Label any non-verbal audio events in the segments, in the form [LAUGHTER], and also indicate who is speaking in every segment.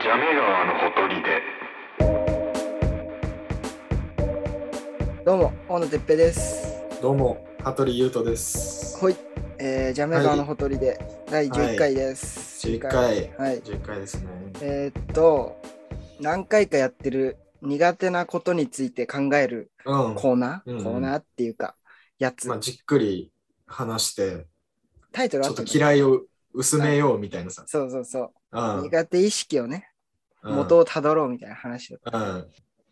Speaker 1: ジャメ川のほとりで
Speaker 2: どうも、大野哲平です。
Speaker 3: どうも、羽鳥優斗です。
Speaker 2: はい、えー、ジャメ川のほとりで、第11回です。
Speaker 3: 11回、
Speaker 2: はい。
Speaker 3: 10回ですね。
Speaker 2: えーっと、何回かやってる苦手なことについて考える
Speaker 3: うん。
Speaker 2: コーナ
Speaker 3: う
Speaker 2: ー、
Speaker 3: ん
Speaker 2: コーナーっていうか、やつ。
Speaker 3: まあ、じっくり話して、
Speaker 2: タイトル
Speaker 3: ちょ
Speaker 2: あ
Speaker 3: っ
Speaker 2: った
Speaker 3: と
Speaker 2: ね
Speaker 3: 嫌いを薄めようみたいなさ。
Speaker 2: そうそうそうう。
Speaker 3: ん。
Speaker 2: 苦手意識をね、
Speaker 3: うん
Speaker 2: 元をたどろうみたいな話を。
Speaker 3: うん。うん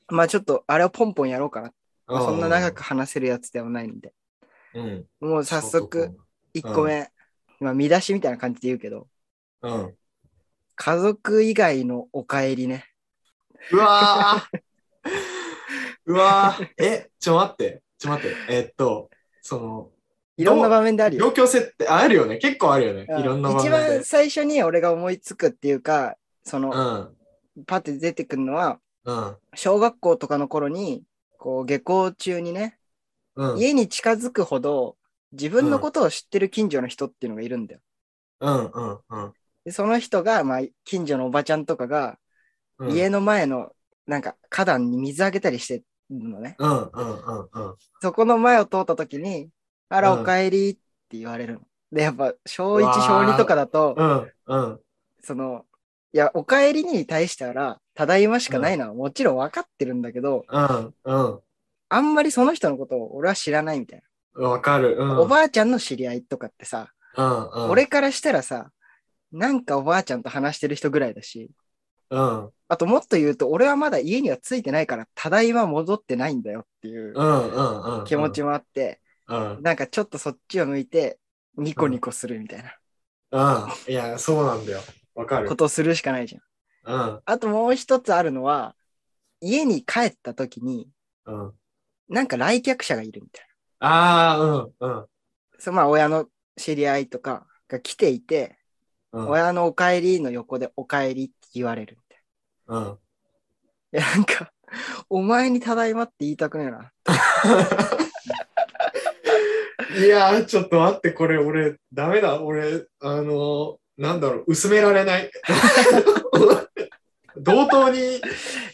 Speaker 2: まあちょっと、あれをポンポンやろうかな。まあそんな長く。話せるやつではないんで。
Speaker 3: うん。
Speaker 2: もう早速、。1個目。まあ見出しみたいな感じで言うけど、
Speaker 3: うん。
Speaker 2: 家族以外のお帰りね。
Speaker 3: うわ
Speaker 2: [LAUGHS]
Speaker 3: ーうわーえ、ちょ待って。ちょ待って。えっと、その、
Speaker 2: いろんな場面であるよ
Speaker 3: 状。況設定、ああるよね。結構あるよね
Speaker 2: う。ん
Speaker 3: いろんな場面
Speaker 2: 一
Speaker 3: で
Speaker 2: 番。最初に俺が思いつくっていうかその、パッて出てくるのは
Speaker 3: うん。
Speaker 2: 小学校とかの頃にこう下校中にね、
Speaker 3: うん。うん。
Speaker 2: 家に近づくほど自分のことを知ってる近所の人っていうのがいるんだよ。
Speaker 3: うん。うん。うん
Speaker 2: でその人が、まあ、近所のおばちゃんとかが、
Speaker 3: うん。
Speaker 2: 家の前のなんか花壇に水あげたりしてるのね。
Speaker 3: うん。うん。うん。うん。
Speaker 2: そこの前を通った時に「あら
Speaker 3: うん
Speaker 2: おかえり」って言われるの。でやっぱ小1
Speaker 3: うわー
Speaker 2: 小2とかだと、
Speaker 3: うん。うん。
Speaker 2: その、いや、お帰りに対したら、ただいましかないのはもちろん分かってるんだけど、
Speaker 3: うん、うん。
Speaker 2: あんまりその人のことを俺は知らないみたい
Speaker 3: わかる。う
Speaker 2: な。
Speaker 3: ん。
Speaker 2: おばあちゃんの知り合いとかってさ、
Speaker 3: うん、うん。
Speaker 2: 俺からしたらさ、なんかおばあちゃんと話してる人ぐらいだし、
Speaker 3: うん、
Speaker 2: あともっと言うと、俺はまだ家には着いてないから、ただいま戻ってないんだよっていう
Speaker 3: うん、うん、うん。
Speaker 2: 気持ちもあって、
Speaker 3: うん。
Speaker 2: なんかちょっとそっちを向いて、ニコニコするみたいな
Speaker 3: うん。いや、そうなんだよ。わかる
Speaker 2: こ。とをするしかないじゃん。
Speaker 3: うん、
Speaker 2: あともう一つあるのは、家に帰った時に、
Speaker 3: うん。
Speaker 2: なんか来客者がいるみたいな。
Speaker 3: ああ、うん、うん。
Speaker 2: そうまあ親の知り合いとかが来ていて、
Speaker 3: うん、
Speaker 2: 親のお帰りの横でお帰りって言われる
Speaker 3: うん。
Speaker 2: みたいな。いやなんか、 [LAUGHS] お前にただいまって言いたくねえな。
Speaker 3: いやー、ちょっと待って、これ、俺、ダメだ。俺、あのー、なんだろう、薄められない。同等に
Speaker 2: い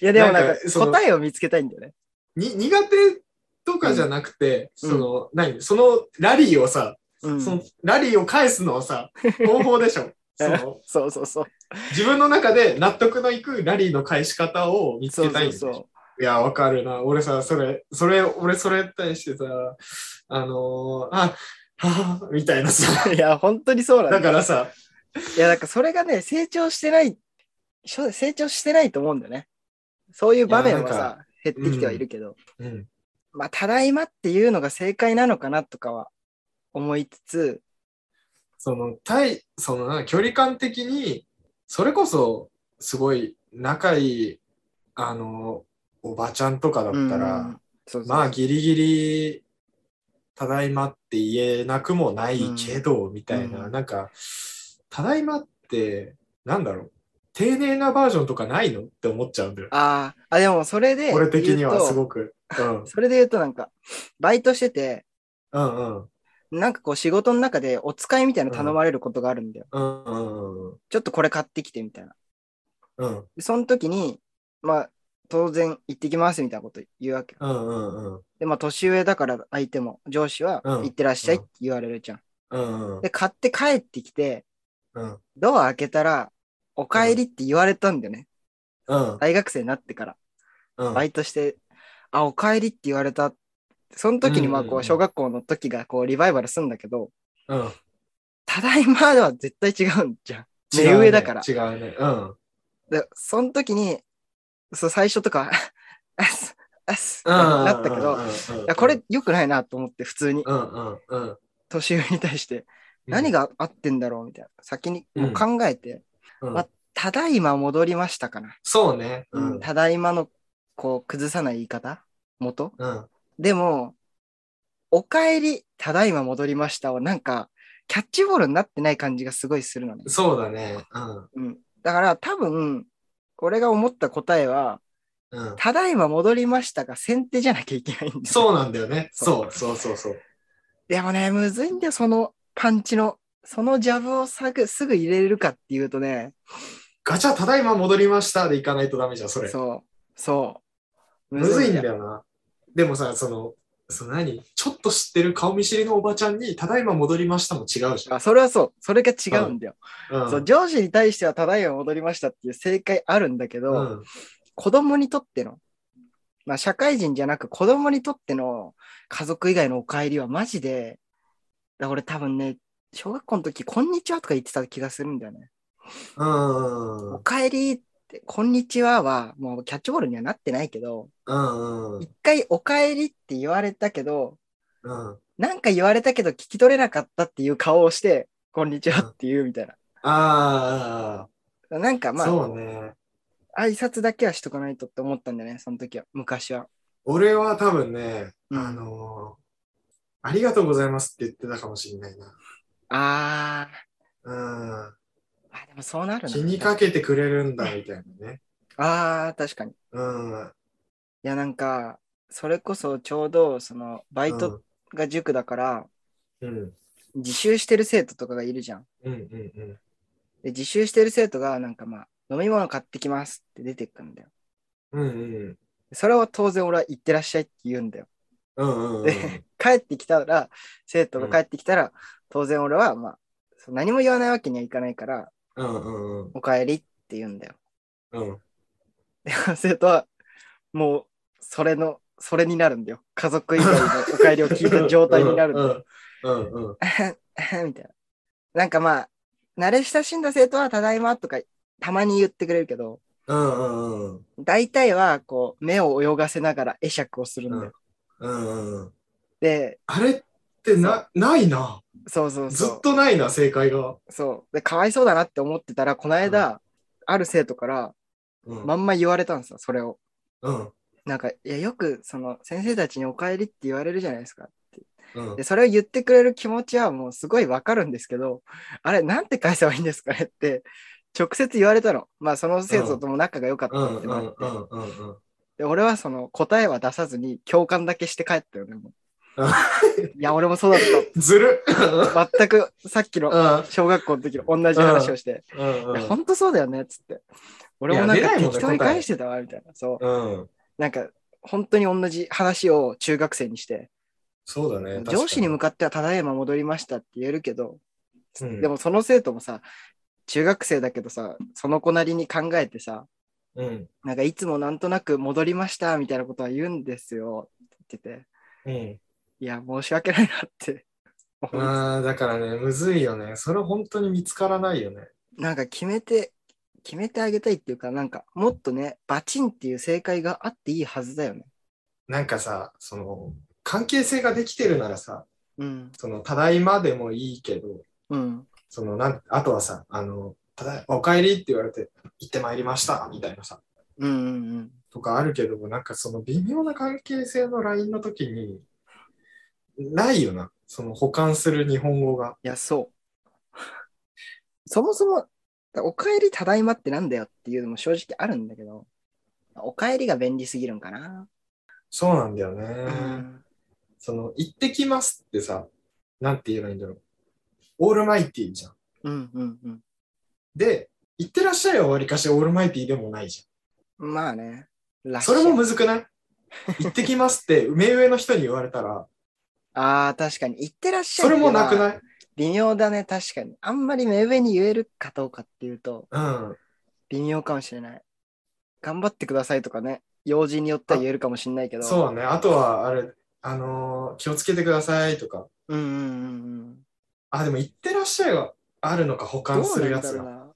Speaker 2: やでもなん
Speaker 3: な
Speaker 2: か
Speaker 3: んかその
Speaker 2: 答えを見つけたいんだよね。
Speaker 3: に、苦手とかじゃなくて、
Speaker 2: うん
Speaker 3: その、何そのラリーをさ、
Speaker 2: うん、
Speaker 3: そ
Speaker 2: そ
Speaker 3: のラリーを返すのは
Speaker 2: [LAUGHS]
Speaker 3: さ、方法でしょ。その
Speaker 2: うそうそう。
Speaker 3: 自分の中で納得のいくラリーの返し方を見つ
Speaker 2: そう
Speaker 3: けたい
Speaker 2: そ
Speaker 3: ん
Speaker 2: う
Speaker 3: でしょ。
Speaker 2: そ
Speaker 3: いや、わかるな。俺さ、それ、それ、俺それに対してさ、あのー、あ、はぁ、みたいなさ。
Speaker 2: う。いや、本当にそうなんだ
Speaker 3: だ
Speaker 2: よ。
Speaker 3: からさ、
Speaker 2: いや、なんかそれがね、成長してない、しょ成長してないと思うんだよね。そういう場面はい
Speaker 3: やな
Speaker 2: さ、減ってきてはいるけど、
Speaker 3: うん、
Speaker 2: まあ、ただいまっていうのが正解なのかなとかは思いつつ、
Speaker 3: その、対、その、なんか距離感的に、それこそ、すごい仲いい、あのー、おばちゃんとかだったら、
Speaker 2: うんそうそう
Speaker 3: まあギリギリ「ただいま」って言えなくもないけど、みたいな、
Speaker 2: うん
Speaker 3: なんか「ただいま」ってなんだろう丁寧なバージョンとかないのって思っちゃうんだよ
Speaker 2: あーあ、でもそれで言うと、
Speaker 3: 俺的にはすごく、うん、
Speaker 2: それで言うとなんか、バイトしてて、
Speaker 3: うんうん
Speaker 2: なんかこう仕事の中でお使いみたいなの頼まれることがあるんだよ。
Speaker 3: うんうん
Speaker 2: ちょっとこれ買ってきてみたいな。
Speaker 3: うん
Speaker 2: でその時に、まあ、当然行ってきますみたいなこと言うわけ。
Speaker 3: うんうんうん
Speaker 2: で、まあ、年上だから相手も、上司は、
Speaker 3: うん
Speaker 2: 行ってらっしゃいって言われるじゃん。
Speaker 3: うん
Speaker 2: で、買って帰ってきて、
Speaker 3: うん
Speaker 2: ドア開けたら、お帰りって言われたんだよね。
Speaker 3: うん
Speaker 2: 大学生になってから。
Speaker 3: うん
Speaker 2: バイトして、あ、お帰りって言われた。その時に、まあ、
Speaker 3: うんうん
Speaker 2: こ
Speaker 3: う
Speaker 2: う、
Speaker 3: ん
Speaker 2: 小学校の時が、こう、リバイバルするんだけど、
Speaker 3: うん
Speaker 2: ただいまでは絶対違うんじゃん。
Speaker 3: 違うね
Speaker 2: 目上だから
Speaker 3: 違うねうん
Speaker 2: で、その時に、そう最初とか、あっす、あっす、って
Speaker 3: うん
Speaker 2: なったけど、いやこれ良くないなと思って、普通に、
Speaker 3: うんうんうん
Speaker 2: 年上に対して、何
Speaker 3: が、
Speaker 2: が合ってんだろうみたいな。先に
Speaker 3: うん
Speaker 2: もう考えて、
Speaker 3: うん
Speaker 2: まただいま戻りましたかな。
Speaker 3: そうねうんうん
Speaker 2: ただいまの、こう、崩さない言い方元
Speaker 3: うん
Speaker 2: でも、お帰り、ただいま戻りましたは、なんか、キャッチボールになってない感じがすごいするのね。
Speaker 3: そうだねうん
Speaker 2: うん。だから多分、俺が思った答えは、
Speaker 3: うん
Speaker 2: ただいま戻りましたが先手じゃなきゃいけないんだよ
Speaker 3: そうなんだよね。そ
Speaker 2: そ
Speaker 3: うそうそうそう。
Speaker 2: でもね、むずいんだよ、そのパンチの。そのジャブをさぐすぐ入れるかっていうとね、
Speaker 3: ガチャただいま戻りましたで行かないとダメじゃん、それ。
Speaker 2: そう。そう。
Speaker 3: むずいんだよな。でもさ、その、その何ちょっと知ってる顔見知りのおばちゃんに、ただいま戻りましたも違うじゃん
Speaker 2: あ。それはそう。それが違うんだよ。
Speaker 3: うん
Speaker 2: そう上司に対してはただいま戻りましたっていう正解あるんだけど、
Speaker 3: うん
Speaker 2: 子供にとっての、まあ、社会人じゃなく子供にとっての家族以外のお帰りはマジで、だから俺多分ね、小学校の時、こんにちはとか言ってた気がするんだよね。
Speaker 3: うん。
Speaker 2: お帰りって、こんにちはは、もうキャッチボールにはなってないけど、
Speaker 3: うん。
Speaker 2: 一回お帰りって言われたけど、
Speaker 3: うん。
Speaker 2: なんか言われたけど聞き取れなかったっていう顔をして、こんにちはっていうみたいな。
Speaker 3: あ
Speaker 2: なんか
Speaker 3: あ、
Speaker 2: まあ、
Speaker 3: そうね。
Speaker 2: 挨拶だけはしとかないとって思ったんだよね、その時は、昔は。
Speaker 3: 俺は多分ね、
Speaker 2: うん
Speaker 3: あのーありがとうございますって言ってたかもしれない
Speaker 2: あ
Speaker 3: な。
Speaker 2: ー、あでもそうな
Speaker 3: う
Speaker 2: る
Speaker 3: ん。
Speaker 2: な。
Speaker 3: 気にかけてくれるんだ、みたいなね。
Speaker 2: あー、確かに。い
Speaker 3: うん。
Speaker 2: や、なんか、それこそちょうど、その、バイトが塾だから、
Speaker 3: うん。うん。
Speaker 2: 自習してる生徒とかがいるじゃん。
Speaker 3: うんうんうん。
Speaker 2: で、自習してる生徒が、なんかまあ、飲み物買ってきますって出てくんだよ。
Speaker 3: うんうん。
Speaker 2: それは当然俺は行ってらっしゃいって言うんだよ。
Speaker 3: うんうんうん。
Speaker 2: で、帰ってきたら、生徒が帰ってきたら、当然俺は、まあ、そう何も言わないわけにはいかないから、
Speaker 3: うんうんうん
Speaker 2: お帰りって言うんだよ。 [LAUGHS]
Speaker 3: うん。
Speaker 2: で、生徒は、もう、それの、それになるんだよ。家族以外のお帰りを聞いた状態になるんだよ。
Speaker 3: うんうんうん。
Speaker 2: [LAUGHS] みたいな。なんかまあ、慣れ親しんだ生徒は、ただいまとか、たまに言ってくれるけど、
Speaker 3: うんうんうん。
Speaker 2: 大体は、こう、目を泳がせながら会釈をするんだよ。
Speaker 3: うんうん。
Speaker 2: で、
Speaker 3: あれってな、ないな。
Speaker 2: そうそう
Speaker 3: ず
Speaker 2: そう。
Speaker 3: っとないな、正解が。
Speaker 2: そう。で、かわいそうだなって思ってたら、この間、ある生徒から、
Speaker 3: うん。
Speaker 2: まんま言われたんですよ、それを。
Speaker 3: うん。
Speaker 2: なんか、いや、よく、その、先生たちにお帰りって言われるじゃないですか。
Speaker 3: うん
Speaker 2: で、それを言ってくれる気持ちはもうすごいわかるんですけど、あれ、なんて返せばいいんですかねって、直接言われたの。まあ、その生徒とも仲が良かっ
Speaker 3: う
Speaker 2: た
Speaker 3: ん
Speaker 2: って
Speaker 3: う
Speaker 2: の
Speaker 3: ん
Speaker 2: も
Speaker 3: う
Speaker 2: あって、
Speaker 3: んうんうん。
Speaker 2: で、俺はその答えは出さずに、共感だけして帰ったよね、もう
Speaker 3: あ
Speaker 2: いや、俺もそうだっ
Speaker 3: ずる。
Speaker 2: た。全く、さっき
Speaker 3: う
Speaker 2: の、
Speaker 3: ん
Speaker 2: 小学校の時の同じ話をして、
Speaker 3: うんう
Speaker 2: いや
Speaker 3: ん。
Speaker 2: ほんとそうだよねっつって。俺もなん
Speaker 3: 出な
Speaker 2: か
Speaker 3: いもんね
Speaker 2: 適当に返してたわみたいな。そう。
Speaker 3: うん。
Speaker 2: なんか本当に同じ話を中学生にして、
Speaker 3: そうだね。
Speaker 2: 上司に向
Speaker 3: か
Speaker 2: かってはただいま戻りましたって言えるけど、
Speaker 3: うん
Speaker 2: でもその生徒もさ、中学生だけどさ、その子なりに考えてさ、
Speaker 3: うん。
Speaker 2: なんかいつもなんとなく戻りましたみたいなことは言うんですよって言ってて、
Speaker 3: うん。
Speaker 2: いや、申し訳ないなって思いま
Speaker 3: ああ、だからね、むずいよね。それ本当に見つからないよね。
Speaker 2: す。なんか決めて、決めてあげたいっていうか、なんかもっとね、バチンっていう正解があっていいはずだよね。
Speaker 3: なんかさ、その、関係性ができてるならさ、
Speaker 2: うん。
Speaker 3: その、ただいまでもいいけど、
Speaker 2: うん。
Speaker 3: その、なん、あとはさ、あの、ただ、お帰りって言われて、行ってまいりました、みたいなさ、
Speaker 2: うんうんうん。
Speaker 3: とかあるけども、なんかその微妙な関係性のラインの時に、ないよな。その保管する日本語が。
Speaker 2: いや、 [LAUGHS] そう。そもそも、お帰りただいまってなんだよっていうのも正直あるんだけど、お帰りが便利すぎるんかな。
Speaker 3: そうなんだよね。
Speaker 2: うん。
Speaker 3: その、行ってきますってさ、なんて言えばいいんだろう。オールマイティじゃん。
Speaker 2: うんうんうん。
Speaker 3: で、行ってらっしゃいはわりかしオールマイティでもないじ
Speaker 2: まあね。
Speaker 3: ゃ
Speaker 2: ら
Speaker 3: ん。
Speaker 2: しい
Speaker 3: それもむずく
Speaker 2: [LAUGHS]
Speaker 3: ない行ってきますって、目上の人に言われたら、
Speaker 2: ああ、確かに。行ってらっしゃい
Speaker 3: それもなくないい
Speaker 2: 微妙だね、確かに。あんまり目上に言えるかどうかっていうと、
Speaker 3: うん。
Speaker 2: 微妙かもしれない。頑張ってくださいとかね、用事によっては言えるかもしれないけど。
Speaker 3: そうだね。あとは、あれ、あのー気をつけてくださいとか。
Speaker 2: う。うんうんうんうん。
Speaker 3: あ、でも行ってらっしゃいはあるのか、保管するやつ
Speaker 2: ど
Speaker 3: が。
Speaker 2: うなん
Speaker 3: 行っ
Speaker 2: だろ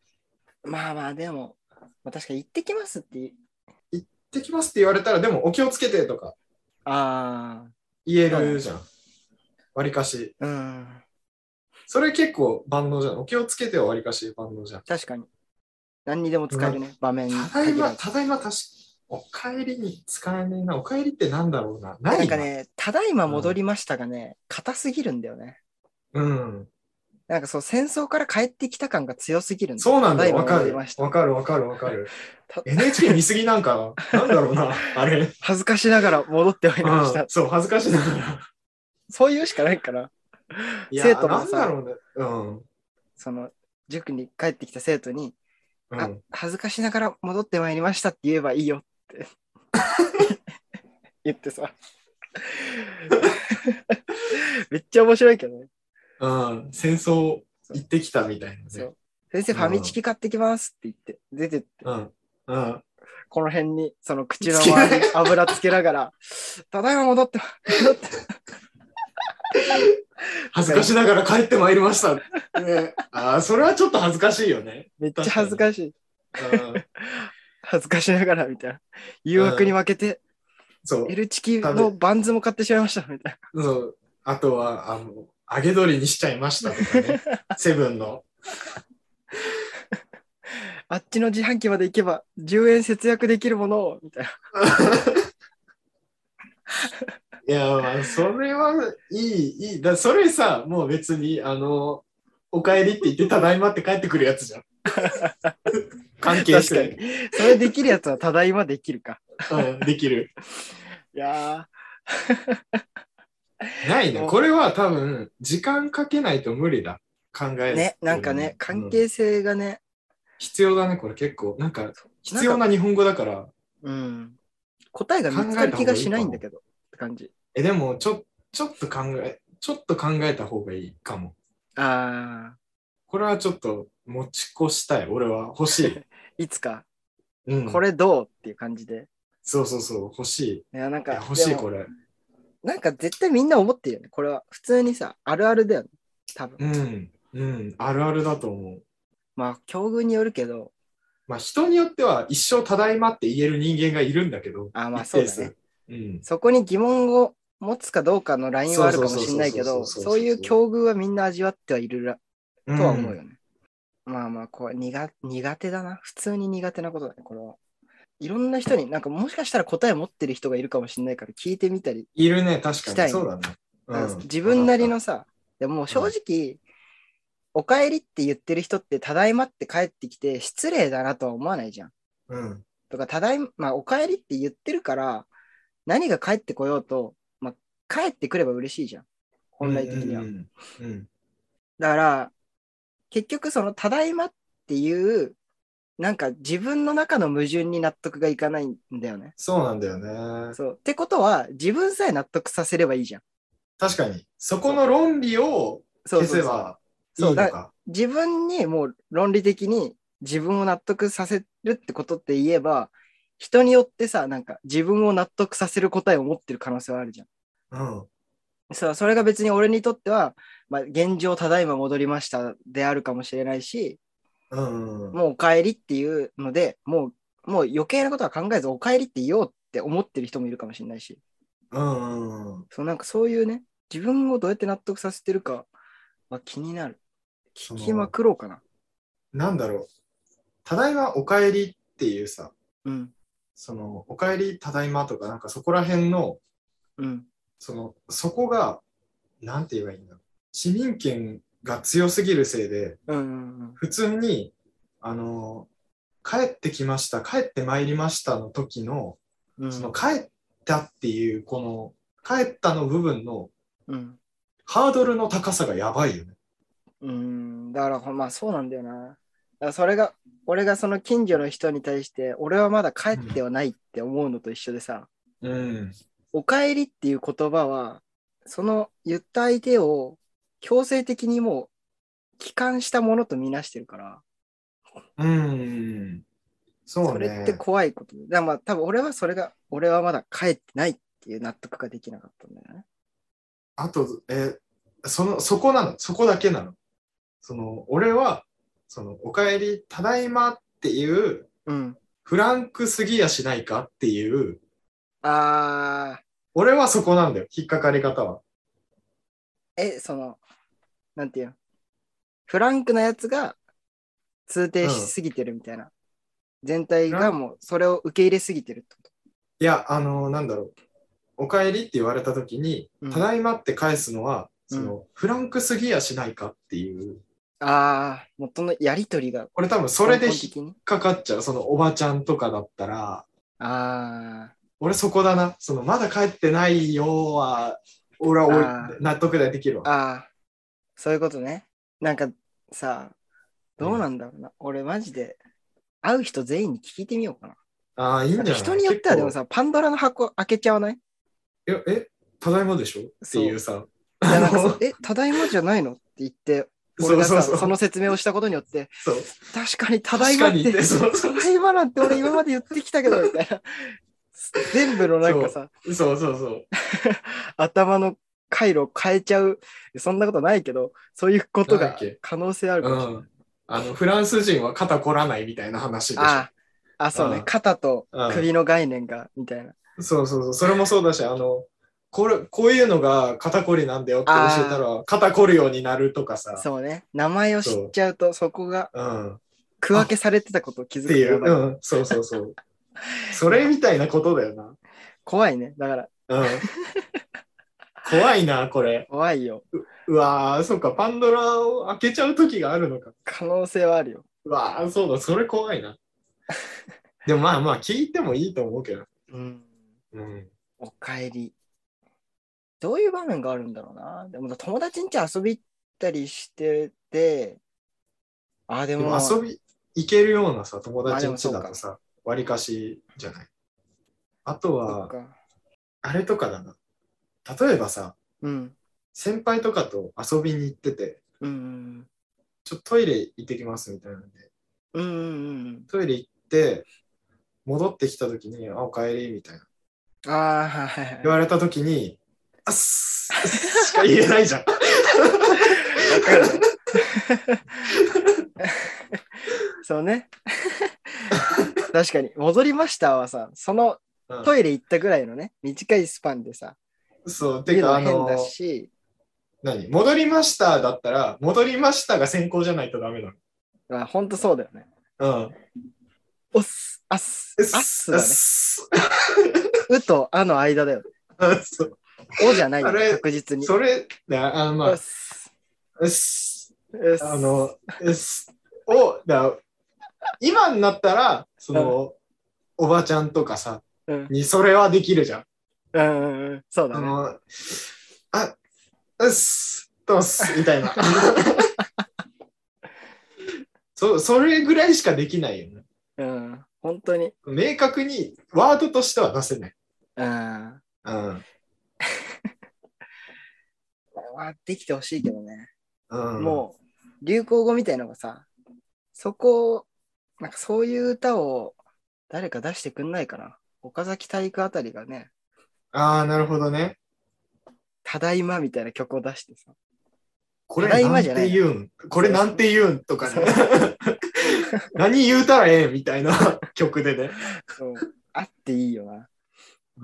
Speaker 2: うなまあまあでも、まあ、確かに行ってきますって
Speaker 3: てきますって言われたら、でもお気をつけてとか
Speaker 2: あ
Speaker 3: 言えるじゃん。わりかし。
Speaker 2: あうん
Speaker 3: それ結構万能じゃん。お気をつけてはわりかし万能じゃん。
Speaker 2: 確かに何にでも使えるね、場面に
Speaker 3: ただい
Speaker 2: 限ら
Speaker 3: ま、
Speaker 2: ず
Speaker 3: ただいま、確かお帰りに使えねえな。お帰りってなんだろうな。ない
Speaker 2: なんかね「ただいま戻りました」がね、硬すぎるんだよね
Speaker 3: うん。
Speaker 2: なんかそう戦争から帰ってきた感が強すぎるんだ
Speaker 3: そうなんだよ。わ
Speaker 2: ただい
Speaker 3: か
Speaker 2: ま戻り
Speaker 3: る。
Speaker 2: ました
Speaker 3: わかる、わかる、わかる。
Speaker 2: [LAUGHS] た
Speaker 3: NHK 見すぎなんかな。なんだろうな。あれ。
Speaker 2: [LAUGHS] 恥ずかしながら戻ってまいりまし
Speaker 3: う
Speaker 2: た
Speaker 3: ん、そう、恥ずかしいながら。
Speaker 2: そういうしかないから
Speaker 3: いや、
Speaker 2: 生徒
Speaker 3: なん
Speaker 2: も
Speaker 3: だ
Speaker 2: さ
Speaker 3: ろうね。うん。
Speaker 2: その塾に帰ってきた生徒に
Speaker 3: う
Speaker 2: あ
Speaker 3: ん。
Speaker 2: 恥ずかしながら戻ってまいりましたって言えばいいよって
Speaker 3: [LAUGHS]
Speaker 2: 言ってさめっちゃ面白いけどね
Speaker 3: うん。戦争行ってきたみたいな
Speaker 2: そ
Speaker 3: ね。
Speaker 2: う先生ファミチキ買ってきますって言って出てって
Speaker 3: うん。うん。
Speaker 2: この辺にその口の周りに油つけな
Speaker 3: [LAUGHS]
Speaker 2: がら「ただいま戻って戻って
Speaker 3: 恥ずかしながら帰ってまいりました。ね、ああ、それはちょっと恥ずかしいよね。
Speaker 2: めっちゃ恥ずかしい
Speaker 3: うん。
Speaker 2: 恥ずかしながら」みたいな誘惑に負けて
Speaker 3: そう
Speaker 2: 「L チキのバンズも買ってしまいました」みたい
Speaker 3: そう。あとは、あの、揚げ鶏にしちゃいましたとか
Speaker 2: [LAUGHS]
Speaker 3: ね。セブンの。
Speaker 2: なあっちの自販機まで行けば10円節約できるものをみたいない
Speaker 3: や、まあ、それはいい、いい。だそれさ、もう別に、あの、お帰りって言って、ただいまって帰ってくるやつ
Speaker 2: [LAUGHS]
Speaker 3: じゃん。関係して
Speaker 2: 確それできるやつはただいまできるか
Speaker 3: うん、できる。
Speaker 2: いや
Speaker 3: ないな。これは多分、時間かけないと無理だ。考え
Speaker 2: ーねなんかね関
Speaker 3: うん
Speaker 2: 係性がね
Speaker 3: 必要だね、これ結構。なんか、必
Speaker 2: な
Speaker 3: 要
Speaker 2: んか
Speaker 3: な日本語だから。
Speaker 2: うん答えが見つかる気がしないんだけどって感じ
Speaker 3: え、でも、ちょ、ちょっと考え、ちょっと考えた方がいいかも。
Speaker 2: あ
Speaker 3: これはちょっと持ち越したい。俺は欲しい。
Speaker 2: [LAUGHS] ーいつか
Speaker 3: うん、
Speaker 2: これどうっていう感じで
Speaker 3: そうそうそう、欲しい。い
Speaker 2: いやなんか
Speaker 3: や欲し
Speaker 2: で
Speaker 3: い、
Speaker 2: も
Speaker 3: これ。
Speaker 2: なんか絶対みんな思ってるよね。これは普通にさ、あるあるだよね。多分。
Speaker 3: うん。うん。あるあるだと思う。
Speaker 2: まあ、境遇によるけど、
Speaker 3: まあ、人によっては一生ただいまって言える人間がいるんだけど。
Speaker 2: あまあ
Speaker 3: 一定数
Speaker 2: そうだね。
Speaker 3: うん。
Speaker 2: そこに疑問を持つかどうかのラインはあるかもしれないけど、
Speaker 3: そうそうそうそうそう
Speaker 2: そういう境遇はみんな味わってはいるら
Speaker 3: ん
Speaker 2: とは思うよね。まあまあこう苦、苦手だな。普通に苦手なことだね、これは。いろんな人に、なんかもしかしたら答え持ってる人がいるかもしれないから聞いてみたり、
Speaker 3: いるね、確
Speaker 2: し
Speaker 3: か
Speaker 2: た
Speaker 3: に。
Speaker 2: い
Speaker 3: そうだね。
Speaker 2: だ
Speaker 3: う
Speaker 2: から
Speaker 3: ん
Speaker 2: 自分なりのさ、でももう正直、おかえりって言ってる人って、ただいまって帰ってきて、失礼だなとは思わないじゃん。
Speaker 3: うん。
Speaker 2: とか、ただいま、まあ、お帰りって言ってるから、何が帰ってこようと、まあ、帰ってくれば嬉しいじゃん。本来的には。
Speaker 3: うん。うん
Speaker 2: だから、結局、その、ただいまっていう、なんか自分の中の矛盾に納得がいかないんだよね。
Speaker 3: そうなんだよね。
Speaker 2: そう。ってことは、自分さえ納得させればいいじゃん。
Speaker 3: 確かに。そこの論理を
Speaker 2: そ
Speaker 3: 消
Speaker 2: うそう
Speaker 3: せ
Speaker 2: そう
Speaker 3: ばいい
Speaker 2: そう
Speaker 3: の
Speaker 2: だ
Speaker 3: か。
Speaker 2: 自分にもう論理的に自分を納得させるってことって言えば、人によってさ、なんか自分を納得させる答えを持ってる可能性はあるじゃん。
Speaker 3: うん。
Speaker 2: そう、それが別に俺にとっては、まあ、現状ただいま戻りましたであるかもしれないし、
Speaker 3: うん。うん
Speaker 2: もうお帰りっていうので、もう、もう余計なことは考えずお帰りって言おうって思ってる人もいるかもしれないし、
Speaker 3: うん。うん
Speaker 2: そうなんかそういうね、自分をどうやって納得させてるかは気になる。聞きまくろうかな。
Speaker 3: なんだろう。ただいまお帰りっていうさ、
Speaker 2: うん、
Speaker 3: その、お帰りただいまとか、なんかそこら辺の、
Speaker 2: うん、
Speaker 3: その、そこが、なんて言えばいいんだろう。市民権が強すぎるせいで、
Speaker 2: うん、うん
Speaker 3: 普通に、あの、帰ってきました、帰ってまいりましたの時の、
Speaker 2: うん、
Speaker 3: その、帰ったっていう、この、帰ったの部分の
Speaker 2: うん、
Speaker 3: ハードルの高さがやばいよね。
Speaker 2: うん、だからほんまあそうなんだよな。だからそれが、俺がその近所の人に対して、俺はまだ帰ってはないって思うのと一緒でさ、
Speaker 3: うん。
Speaker 2: おかえりっていう言葉は、その言った相手を強制的にもう帰還したものとみなしてるから、
Speaker 3: うん。そう
Speaker 2: そ
Speaker 3: ね。
Speaker 2: れって怖いこと。だからまあ多分俺はそれが、俺はまだ帰ってないっていう納得ができなかったんだよね。
Speaker 3: あと、えーその、そこなの、そこだけなの。その、俺は、その、おかえり、ただいまっていう、
Speaker 2: うん。
Speaker 3: フランクすぎやしないかっていう、
Speaker 2: あ
Speaker 3: 俺はそこなんだよ、引っかかり方は。
Speaker 2: ー、え、その、なんていうのフランクなやつが通底しすぎてるみたいな。全体がもうそれを受け入れすぎてるってこと。
Speaker 3: いや、あのなんだろう。おかえりって言われた時に、
Speaker 2: うん
Speaker 3: ただいまって返すのは、
Speaker 2: うん
Speaker 3: その、フランクすぎやしないかっていう、
Speaker 2: あー、元のやりとりが
Speaker 3: 俺多分それ
Speaker 2: 根
Speaker 3: で
Speaker 2: 本
Speaker 3: 引っ
Speaker 2: 的に。
Speaker 3: かかっちゃう。その、おばちゃんとかだったら、
Speaker 2: あー。
Speaker 3: 俺そこだな。その、まだ帰ってないよは、俺は
Speaker 2: あ
Speaker 3: おい納得できるわ。
Speaker 2: ああ、そういうことね。なんかさ、どうなんだろうな。俺マジで、会う人全員に聞いてみようかな。
Speaker 3: ああ、いいんじゃない
Speaker 2: 人によってはでもさ、パンドラの箱開けちゃわないい
Speaker 3: 結構いやえ、ただいまでしょっていうさ。
Speaker 2: やなん
Speaker 3: [LAUGHS]
Speaker 2: かそうえ、ただいまじゃないのって言って、
Speaker 3: そ
Speaker 2: 俺
Speaker 3: う
Speaker 2: が
Speaker 3: そ
Speaker 2: さ
Speaker 3: う
Speaker 2: そ
Speaker 3: そう。
Speaker 2: の説明をしたことによって、
Speaker 3: そう
Speaker 2: 確かにただいまっ
Speaker 3: 確か
Speaker 2: て、
Speaker 3: にねそうそう
Speaker 2: ただいまなんて俺今まで言ってきたけど、みたいな。全部のなんかさ、
Speaker 3: そうそうそう。
Speaker 2: 頭の回路を変えちゃう、そんなことないけど、そういうこと
Speaker 3: なんだ
Speaker 2: が
Speaker 3: っけ
Speaker 2: 可能性あるか
Speaker 3: う
Speaker 2: もしれない。
Speaker 3: ん。あの、フランス人は肩凝らないみたいな話でしょ。
Speaker 2: ああ、そうね、
Speaker 3: うん
Speaker 2: 肩と
Speaker 3: うん
Speaker 2: 首の概念が、みたいな。
Speaker 3: そうそうそう。それもそうだし、あの、これ、こういうのが肩こりなんだよって教えたら、肩こるようになるとかさ。
Speaker 2: そうね、名前を知っちゃうと、そこが
Speaker 3: うん。っ
Speaker 2: 区分けされてたことを気づ
Speaker 3: て
Speaker 2: く
Speaker 3: いう。
Speaker 2: のが
Speaker 3: うん。そうそう
Speaker 2: [LAUGHS]
Speaker 3: そう。それみたいなことだよな。
Speaker 2: 怖いね。だから、
Speaker 3: うん。怖いな、これ。
Speaker 2: 怖いよ。
Speaker 3: うわー、そうか、パンドラを開けちゃう時があるのか。
Speaker 2: 可能性はあるよ。
Speaker 3: うわー、そうだ、それ怖いな。でもまあまあ、聞いてもいいと思うけど。
Speaker 2: うん。
Speaker 3: うん。
Speaker 2: おかえり。どういう場面があるんだろうな。でも、友達ん家遊び行ったりしてて、あ、
Speaker 3: で
Speaker 2: でも、
Speaker 3: も遊び行けるようなさ、友達ん
Speaker 2: まあでもそ
Speaker 3: 家
Speaker 2: うか
Speaker 3: だとさ、わりかしじゃない。あと
Speaker 2: そっ
Speaker 3: は、
Speaker 2: か。
Speaker 3: あれとかだな。例えばさ、
Speaker 2: うん。
Speaker 3: 先輩とかと遊びに行ってて、
Speaker 2: うん。
Speaker 3: ちょっとトイレ行ってきますみたいなんで、
Speaker 2: うんうんうん
Speaker 3: トイレ行って、戻ってきた時に、あ、おかえりみたいな。
Speaker 2: うん。ああ、はいはいはい。
Speaker 3: 言
Speaker 2: わ
Speaker 3: われた時に、あっすっすしか言えないじゃん。
Speaker 2: かる。 [LAUGHS] そうね。確かに、戻りましたはさ、その
Speaker 3: うん
Speaker 2: トイレ行ったぐらいのね、短いスパンでさ、
Speaker 3: そう、
Speaker 2: 言
Speaker 3: て
Speaker 2: うの
Speaker 3: か、
Speaker 2: は
Speaker 3: あ
Speaker 2: 変
Speaker 3: の
Speaker 2: だ、し、
Speaker 3: 何戻りましただったら、戻りましたが先行じゃないとダメな
Speaker 2: まあ、ほんとそうだよね。
Speaker 3: の。うん。
Speaker 2: おっす、あっす、あっすだね。
Speaker 3: す
Speaker 2: うとあの間だよ。
Speaker 3: あそう
Speaker 2: おじゃないよ
Speaker 3: あれ
Speaker 2: 確実に。
Speaker 3: それ、だあの、ま
Speaker 2: う
Speaker 3: あ
Speaker 2: っ、す
Speaker 3: うっす
Speaker 2: うっす
Speaker 3: あの、うっすを、だ今になったら、その、おばちゃんとかさ、
Speaker 2: うん、
Speaker 3: にそれはできるじゃん。
Speaker 2: うんうんうん、そうだ
Speaker 3: あ
Speaker 2: ね。
Speaker 3: の、あ、うっす、とっす、みた
Speaker 2: [LAUGHS]
Speaker 3: いな。そそれぐらいしかできないよね。
Speaker 2: うん、本当に。
Speaker 3: 明確にワードとしては出せない。
Speaker 2: うん。ま
Speaker 3: うん。
Speaker 2: あできてほしいけどね。
Speaker 3: うん、
Speaker 2: もう、流行語みたいのがさ、そこを、なんかそういう歌を誰か出してくんないかな。岡崎体育あたりがね、
Speaker 3: ああ、なるほどね。
Speaker 2: ただいまみたいな曲を出してさ。
Speaker 3: これ
Speaker 2: ただい
Speaker 3: な
Speaker 2: ま
Speaker 3: ん
Speaker 2: じゃな
Speaker 3: て
Speaker 2: い
Speaker 3: 言うんこれなんて言うんとか
Speaker 2: [LAUGHS]
Speaker 3: ね
Speaker 2: そ。
Speaker 3: 何言うたらええみたいな [LAUGHS] 曲でね。
Speaker 2: そうあっていいよな。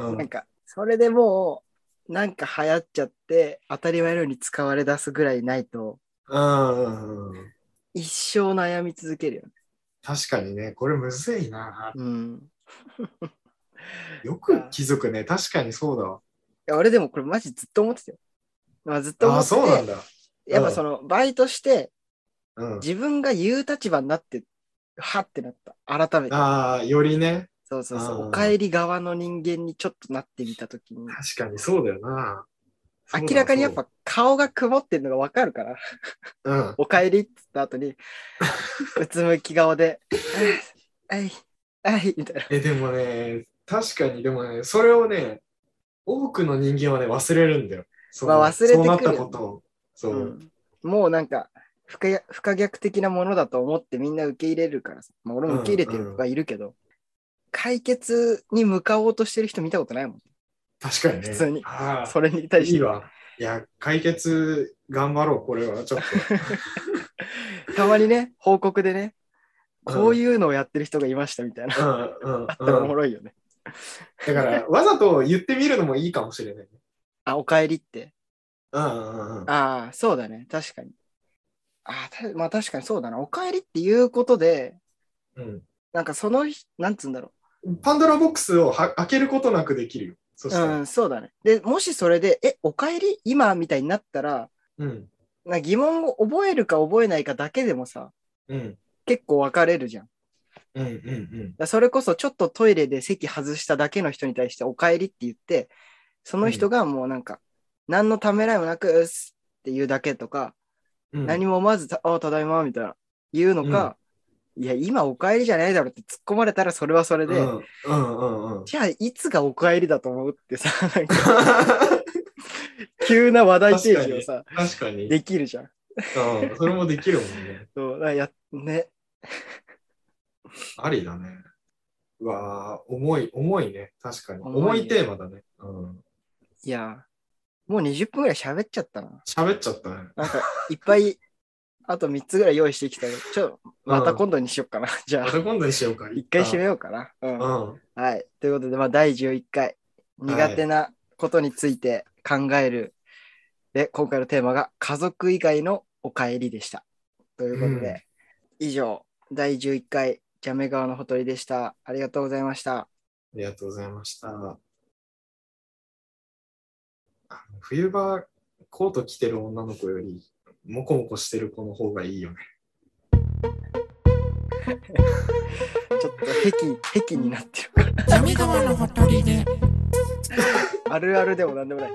Speaker 3: う
Speaker 2: なん
Speaker 3: ん、
Speaker 2: か、それでもう、なんか流行っちゃって、当たり前のように使われ出すぐらいないと、
Speaker 3: うんうん。
Speaker 2: 一生悩み続けるよね。
Speaker 3: 確かにね、これむずいな。
Speaker 2: うん。
Speaker 3: よく気づくね。確かにそうだわ。
Speaker 2: いや俺でもこれマジずっと思ってたよ。まあ、ずっと
Speaker 3: あ
Speaker 2: 思
Speaker 3: あ、
Speaker 2: って
Speaker 3: そうなん
Speaker 2: て、
Speaker 3: だ。
Speaker 2: やっぱその、バイトして、
Speaker 3: うん、
Speaker 2: 自分が言う立場になって、はってなった。改めて。
Speaker 3: ああ、よりね。
Speaker 2: そうそうそう
Speaker 3: あ。ー
Speaker 2: お帰り側の人間にちょっとなってみたときに、
Speaker 3: 確かにそうだよな。
Speaker 2: [LAUGHS] 明らかにやっぱ顔が曇ってるのがわかる
Speaker 3: [LAUGHS]
Speaker 2: から。
Speaker 3: そうだ。
Speaker 2: おかえりって言った後
Speaker 3: [LAUGHS]
Speaker 2: に、うつむき顔で、あい、あい、みたいな。
Speaker 3: うん。え、でもね、確かに、でもね、それをね、多くの人間はね、忘れるんだよ。そう
Speaker 2: まあ忘れてくるよね
Speaker 3: そうなったことを。そう。
Speaker 2: うんもうなんか不可、不可逆的なものだと思ってみんな受け入れるからさ。まあ、俺も受け入れてる子がいるけど、解決に向かおうとしてる人見たことないもん。
Speaker 3: 確かにね。
Speaker 2: 普通に
Speaker 3: ああ
Speaker 2: それに対して。
Speaker 3: いいわ。いや、解決頑張ろう、これは。ちょっ
Speaker 2: [LAUGHS] たまにね、報告でね、
Speaker 3: うん
Speaker 2: こういうのをやってる人がいましたみたいな。
Speaker 3: と。うんうん
Speaker 2: あったらお
Speaker 3: う
Speaker 2: も
Speaker 3: ん。
Speaker 2: ろいよね。
Speaker 3: だから、わざと言ってみるのもいいかもしれないね。
Speaker 2: あ、おかえりって。
Speaker 3: うんうんうん。
Speaker 2: ああ、そうだね。確かに。ああ、たまあ確かにそうだな。おかえりっていうことで、なんかその日、なんつうんだろ。
Speaker 3: うん、パンドラボックスをは開けることなくできるよ。そうした
Speaker 2: う
Speaker 3: ら。
Speaker 2: ん、そうだね。で、もしそれで、え、おかえり今みたいになったら、
Speaker 3: うん。
Speaker 2: なんか疑問を覚えるか覚えないかだけでもさ、
Speaker 3: うん。
Speaker 2: 結構分かれるじゃん。だか
Speaker 3: うん。うん。うん。
Speaker 2: らそれこそちょっとトイレで席外しただけの人に対しておかえりって言って、その人がもうなんか、何のためらいもなく、うっすっていうだけとか、
Speaker 3: うん。
Speaker 2: 何もまずた、ああ、ただいま、みたいな、言うのか、いや、今お帰りじゃないだろって突っ込まれたらそれはそれ
Speaker 3: う
Speaker 2: で、
Speaker 3: んうん
Speaker 2: [LAUGHS]
Speaker 3: うんうん。
Speaker 2: じゃあいつがお帰りだと思うってさ、 [LAUGHS] なんか急な話題提示をさ、
Speaker 3: 確かに。
Speaker 2: できるじゃん。
Speaker 3: うんそれもできるもんね。
Speaker 2: そうだからやね、
Speaker 3: ありだね。うわー重い、重いね。確かに。
Speaker 2: 重
Speaker 3: 重
Speaker 2: い
Speaker 3: い,、
Speaker 2: ね
Speaker 3: テーマだね。うん。
Speaker 2: いや、もう20分ぐらい喋っちゃったな。
Speaker 3: 喋っちゃったね。
Speaker 2: なんかいっぱい、あと3つぐらい用意してきたけど、ちょ、また今度にしよっかな。 [LAUGHS] じゃ
Speaker 3: ま
Speaker 2: あ、
Speaker 3: た今度にしようか。
Speaker 2: 一回締め
Speaker 3: よ
Speaker 2: ようかな。うん
Speaker 3: う。ん。
Speaker 2: はい。ということで、まあ、第11回、苦手なことについて考える。で、今回のテーマが、家族以外のお帰りでした。ということで、以上、第11回、ジャメ川のほとりでした。ありがとうございました。
Speaker 3: ありがとうございました。あの冬場、コート着てる女の子より、もこもこしてる子の方がいいよね。
Speaker 2: ちょっと、壁、壁になってるから。
Speaker 4: ジャミ川のほとりで。
Speaker 2: あるあるでもなんでもない。